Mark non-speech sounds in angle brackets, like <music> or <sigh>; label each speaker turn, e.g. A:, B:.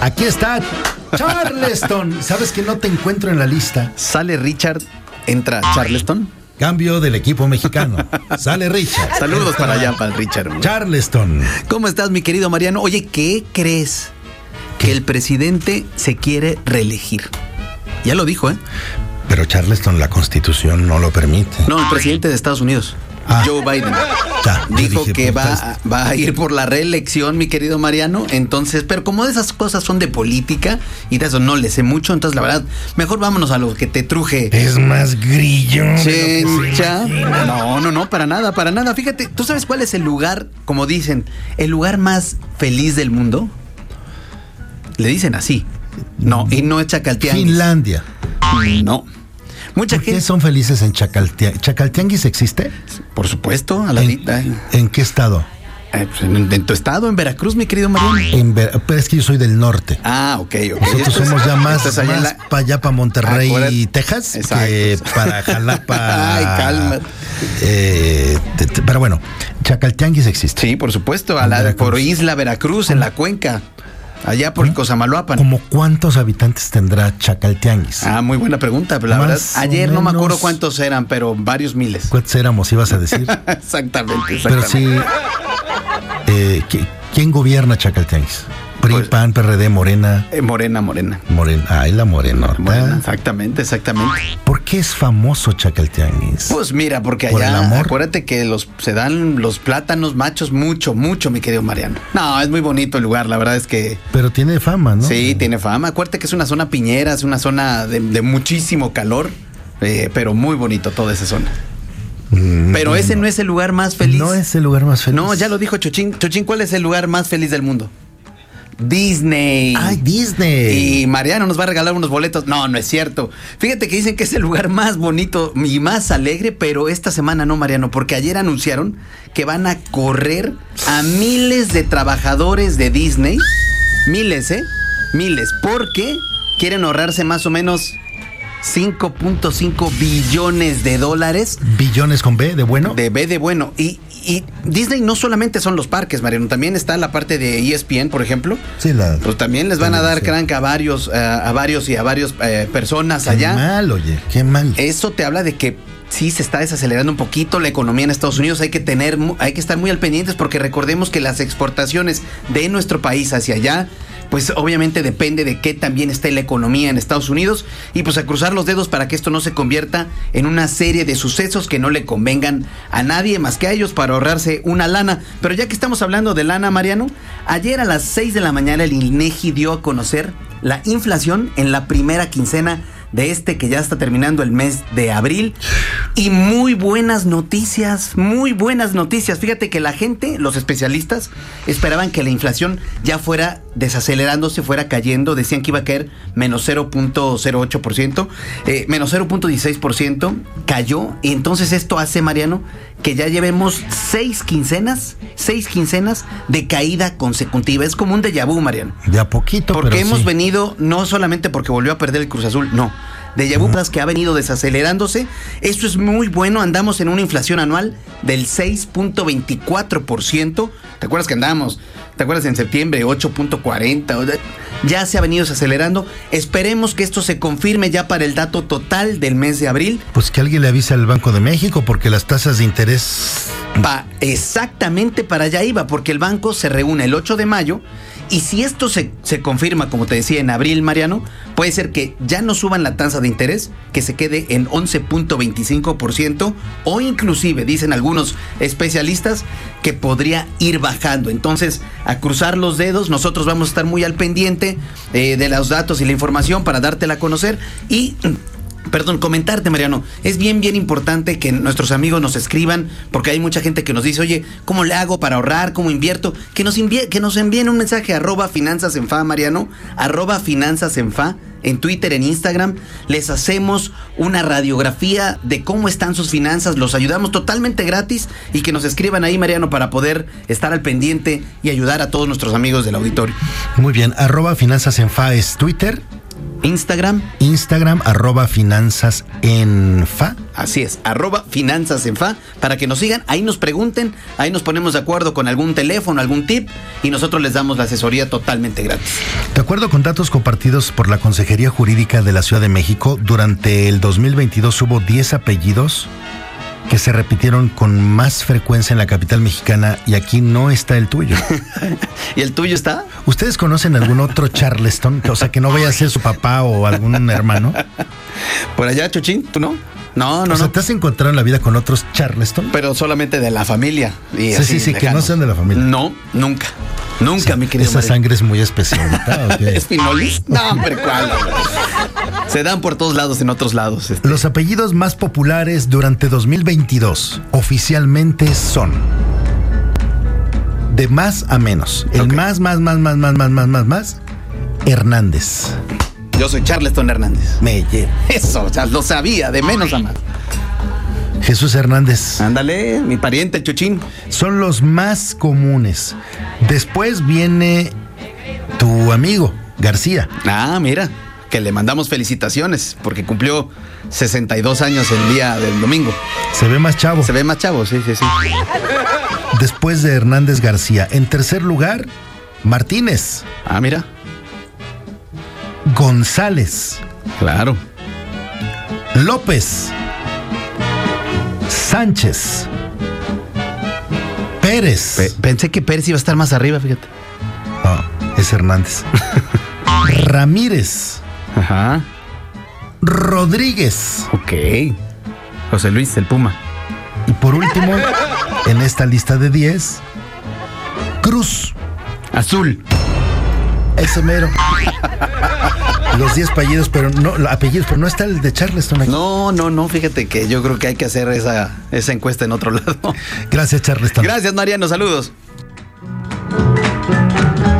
A: Aquí está Charleston. ¿Sabes que no te encuentro en la lista?
B: Sale Richard, entra Charleston.
A: Cambio del equipo mexicano. Sale Richard.
B: Saludos para allá, para Richard. hombre.
A: Charleston.
B: ¿Cómo estás, mi querido Mariano? Oye, ¿qué crees? Que el presidente se quiere reelegir. Ya lo dijo, ¿eh?
A: Pero Charleston, la constitución no lo permite.
B: No, el presidente de Estados Unidos,
A: Ah.
B: Joe Biden.
A: Ya, yo
B: Dijo
A: dije,
B: que
A: pues,
B: va,
A: estás-
B: a- va a ir por la reelección, mi querido Mariano. Entonces, pero como esas cosas son de política y de eso no le sé mucho, entonces la verdad, mejor vámonos a lo que te truje.
A: Es más grillo. de lo que se
B: Chencha.
A: imagina.
B: No, no, no, para nada, para nada. Fíjate, ¿tú sabes cuál es el lugar, como dicen, el lugar más feliz del mundo? Le dicen así. No, y no es Chacaltianguis.
A: Finlandia.
B: No. Mucha
A: ¿Por qué
B: gente.
A: son felices en Chacaltianguis? ¿Chacaltianguis existe?
B: Por supuesto, a la
A: ¿En,
B: dita. eh.
A: en qué estado?
B: Eh, pues, En, en tu estado, en Veracruz, mi querido Mariano.
A: En Ver- pero es que yo soy del norte.
B: Ah, ok, ok.
A: Nosotros
B: Esto es-
A: somos ya más,
B: esto es allá en la-
A: para allá, para Monterrey y
B: Acuérdate.
A: Texas,
B: Exacto.
A: que para Jalapa.
B: <laughs> Ay, calma.
A: Eh, te- te- pero bueno, Chacaltianguis existe.
B: Sí, por supuesto, a
A: En
B: la,
A: Veracruz.
B: por Isla Veracruz, en la cuenca. Allá por Cosamaloapan.
A: ¿Cómo cuántos habitantes tendrá Chacaltianguis?
B: Ah, muy buena pregunta. La
A: Más
B: verdad,
A: o
B: ayer no me acuerdo
A: menos.
B: cuántos eran, pero varios miles.
A: ¿Cuántos éramos, ibas a decir?
B: <laughs> exactamente,
A: pero
B: exactamente.
A: sí. eh, ¿qui- ¿Quién gobierna Chacaltianguis? PRI,
B: Pues-
A: PAN, PRD, Morena.
B: Eh, morena, morena.
A: Morena. Ay, la Morena.
B: Morena, exactamente, exactamente.
A: ¿Por qué es famoso Chacaltianguis?
B: Pues mira, porque allá,
A: Por el amor.
B: acuérdate que los se dan los plátanos machos mucho, mucho, mi querido Mariano. No, es muy bonito el lugar, la verdad es que
A: Pero tiene fama, ¿no?
B: sí, tiene fama. Acuérdate que es una zona piñera, es una zona de, de muchísimo calor, eh, pero muy bonito toda esa zona.
A: Mm,
B: Pero ese no es el lugar más feliz.
A: No es el lugar más feliz.
B: No, ya lo dijo Chochín. Chochín, ¿cuál es el lugar más feliz del mundo? Disney.
A: Ay, Disney.
B: Y Mariano nos va a regalar unos boletos. No, no es cierto. Fíjate que dicen que es el lugar más bonito y más alegre, pero esta semana no, Mariano, porque ayer anunciaron que van a correr a miles de trabajadores de Disney. Miles, ¿eh? Miles. Porque quieren ahorrarse más o menos 5.5 billones de dólares
A: Billones con B de bueno.
B: de B de bueno. Y, y Disney no solamente son los parques, Mariano, también está la parte de E ESPN, por ejemplo.
A: Sí, la-
B: Pues también les van a dar
A: televisión.
B: crank a varios, eh, a varios y a varios eh, personas allá. Eh,
A: Qué mal, oye, qué mal.
B: Eso te habla de que sí se está desacelerando un poquito la economía en Estados Unidos. Hay que tener, mu- hay que estar muy al pendientes porque recordemos que las exportaciones de nuestro país hacia allá, pues obviamente depende de qué también esté la economía en Estados Unidos y pues a cruzar los dedos para que esto no se convierta en una serie de sucesos que no le convengan a nadie más que a ellos para ahorrarse una lana. Pero ya que estamos hablando de lana, Mariano, ayer a las 6 de la mañana el INEGI dio a conocer la inflación en la primera quincena de este que ya está terminando el mes de abril. Y muy buenas noticias, muy buenas noticias. Fíjate que la gente, los especialistas, esperaban que la inflación ya fuera desacelerándose, fuera cayendo. Decían que iba a caer menos 0.08%, eh, menos 0.16%, cayó. Y entonces esto hace, Mariano, que ya llevemos seis quincenas, seis quincenas de caída consecutiva. Es como un déjà vu, Mariano.
A: De a poquito,
B: Porque
A: pero
B: hemos
A: sí.
B: venido, no solamente porque volvió a perder el Cruz Azul, no. De Yabupas que ha venido desacelerándose. Esto es muy bueno. Andamos en una inflación anual del 6.24%. ¿Te acuerdas que andamos? ¿Te acuerdas en septiembre 8.40? O sea, Ya se ha venido desacelerando. Esperemos que esto se confirme ya para el dato total del mes de abril.
A: Pues que alguien le avise al Banco de México porque las tasas de interés
B: Pa- exactamente para allá iba, porque el banco se reúne el 8 de mayo y si esto se, se confirma, como te decía, en abril, Mariano, puede ser que ya no suban la tasa de interés, que se quede en 11.25% o inclusive, dicen algunos especialistas, que podría ir bajando. Entonces, a cruzar los dedos, nosotros vamos a estar muy al pendiente eh, de los datos y la información para dártela a conocer y Perdón, comentarte, Mariano. Es bien, bien importante que nuestros amigos nos escriban, porque hay mucha gente que nos dice, oye, ¿cómo le hago para ahorrar? ¿Cómo invierto? Que nos, envíe, que nos envíen un mensaje arroba finanzas en fa, Mariano, arroba finanzas en fa, en Twitter, en Instagram. Les hacemos una radiografía de cómo están sus finanzas, los ayudamos totalmente gratis y que nos escriban ahí, Mariano, para poder estar al pendiente y ayudar a todos nuestros amigos del auditorio.
A: Muy bien, arroba finanzas en fa es Twitter
B: Instagram.
A: Instagram, arroba finanzas en fa.
B: Así es, arroba finanzas en fa, para que nos sigan, ahí nos pregunten, ahí nos ponemos de acuerdo con algún teléfono, algún tip, y nosotros les damos la asesoría totalmente gratis.
A: De acuerdo con datos compartidos por la Consejería Jurídica de la Ciudad de México, durante el 2022 hubo 10 apellidos que se repitieron con más frecuencia en la capital mexicana y aquí no está el tuyo.
B: ¿Y el tuyo está?
A: ¿Ustedes conocen algún otro Charleston? O sea, que no vaya a ser su papá o algún hermano.
B: Por allá, Chuchín, ¿tú no? No, no,
A: o sea,
B: no.
A: ¿te has encontrado en la vida con otros Charleston?
B: Pero solamente de la familia. y
A: Sí,
B: así,
A: sí, sí, que
B: lejano.
A: no sean de la familia.
B: No, nunca. Nunca, mi querido.
A: Esa
B: Mario.
A: sangre es muy
B: <laughs>
A: especial.
B: ¿Espinolis? No, hombre, ¿cuál? Se dan por todos lados en otros lados. este.
A: Los apellidos más populares durante 2022 oficialmente son de más a menos. El
B: Ok.
A: más, más, más, más, más, más, más, más, más, Hernández.
B: Yo soy Charleston Hernández.
A: Meyer.
B: Eso, o sea, lo sabía, de menos a más.
A: Jesús Hernández.
B: Ándale, mi pariente, el Chuchín.
A: Son los más comunes. Después viene tu amigo, García.
B: Ah, mira, que le mandamos felicitaciones porque cumplió 62 años el día del domingo.
A: Se ve más chavo.
B: Se ve más chavo, sí, sí, sí.
A: Después de Hernández García. En tercer lugar, Martínez.
B: Ah, mira,
A: González.
B: claro.
A: López. Sánchez. Pérez.
B: Pe- pensé que Pérez iba a estar más arriba, fíjate.
A: No, es
B: <laughs>
A: Hernández. Ramírez.
B: Ajá,
A: Rodríguez.
B: ok. José Luis, el Puma.
A: Y por
B: <laughs>
A: último, en esta lista de 10, Cruz.
B: Azul.
A: Ese mero.
B: <laughs>
A: Los 10 apellidos, pero no, apellidos, pero no está el de Charleston aquí.
B: No, no, no, fíjate que yo creo que hay que hacer esa, esa encuesta en otro <laughs> lado.
A: Gracias, Charleston.
B: Gracias, Mariano, saludos.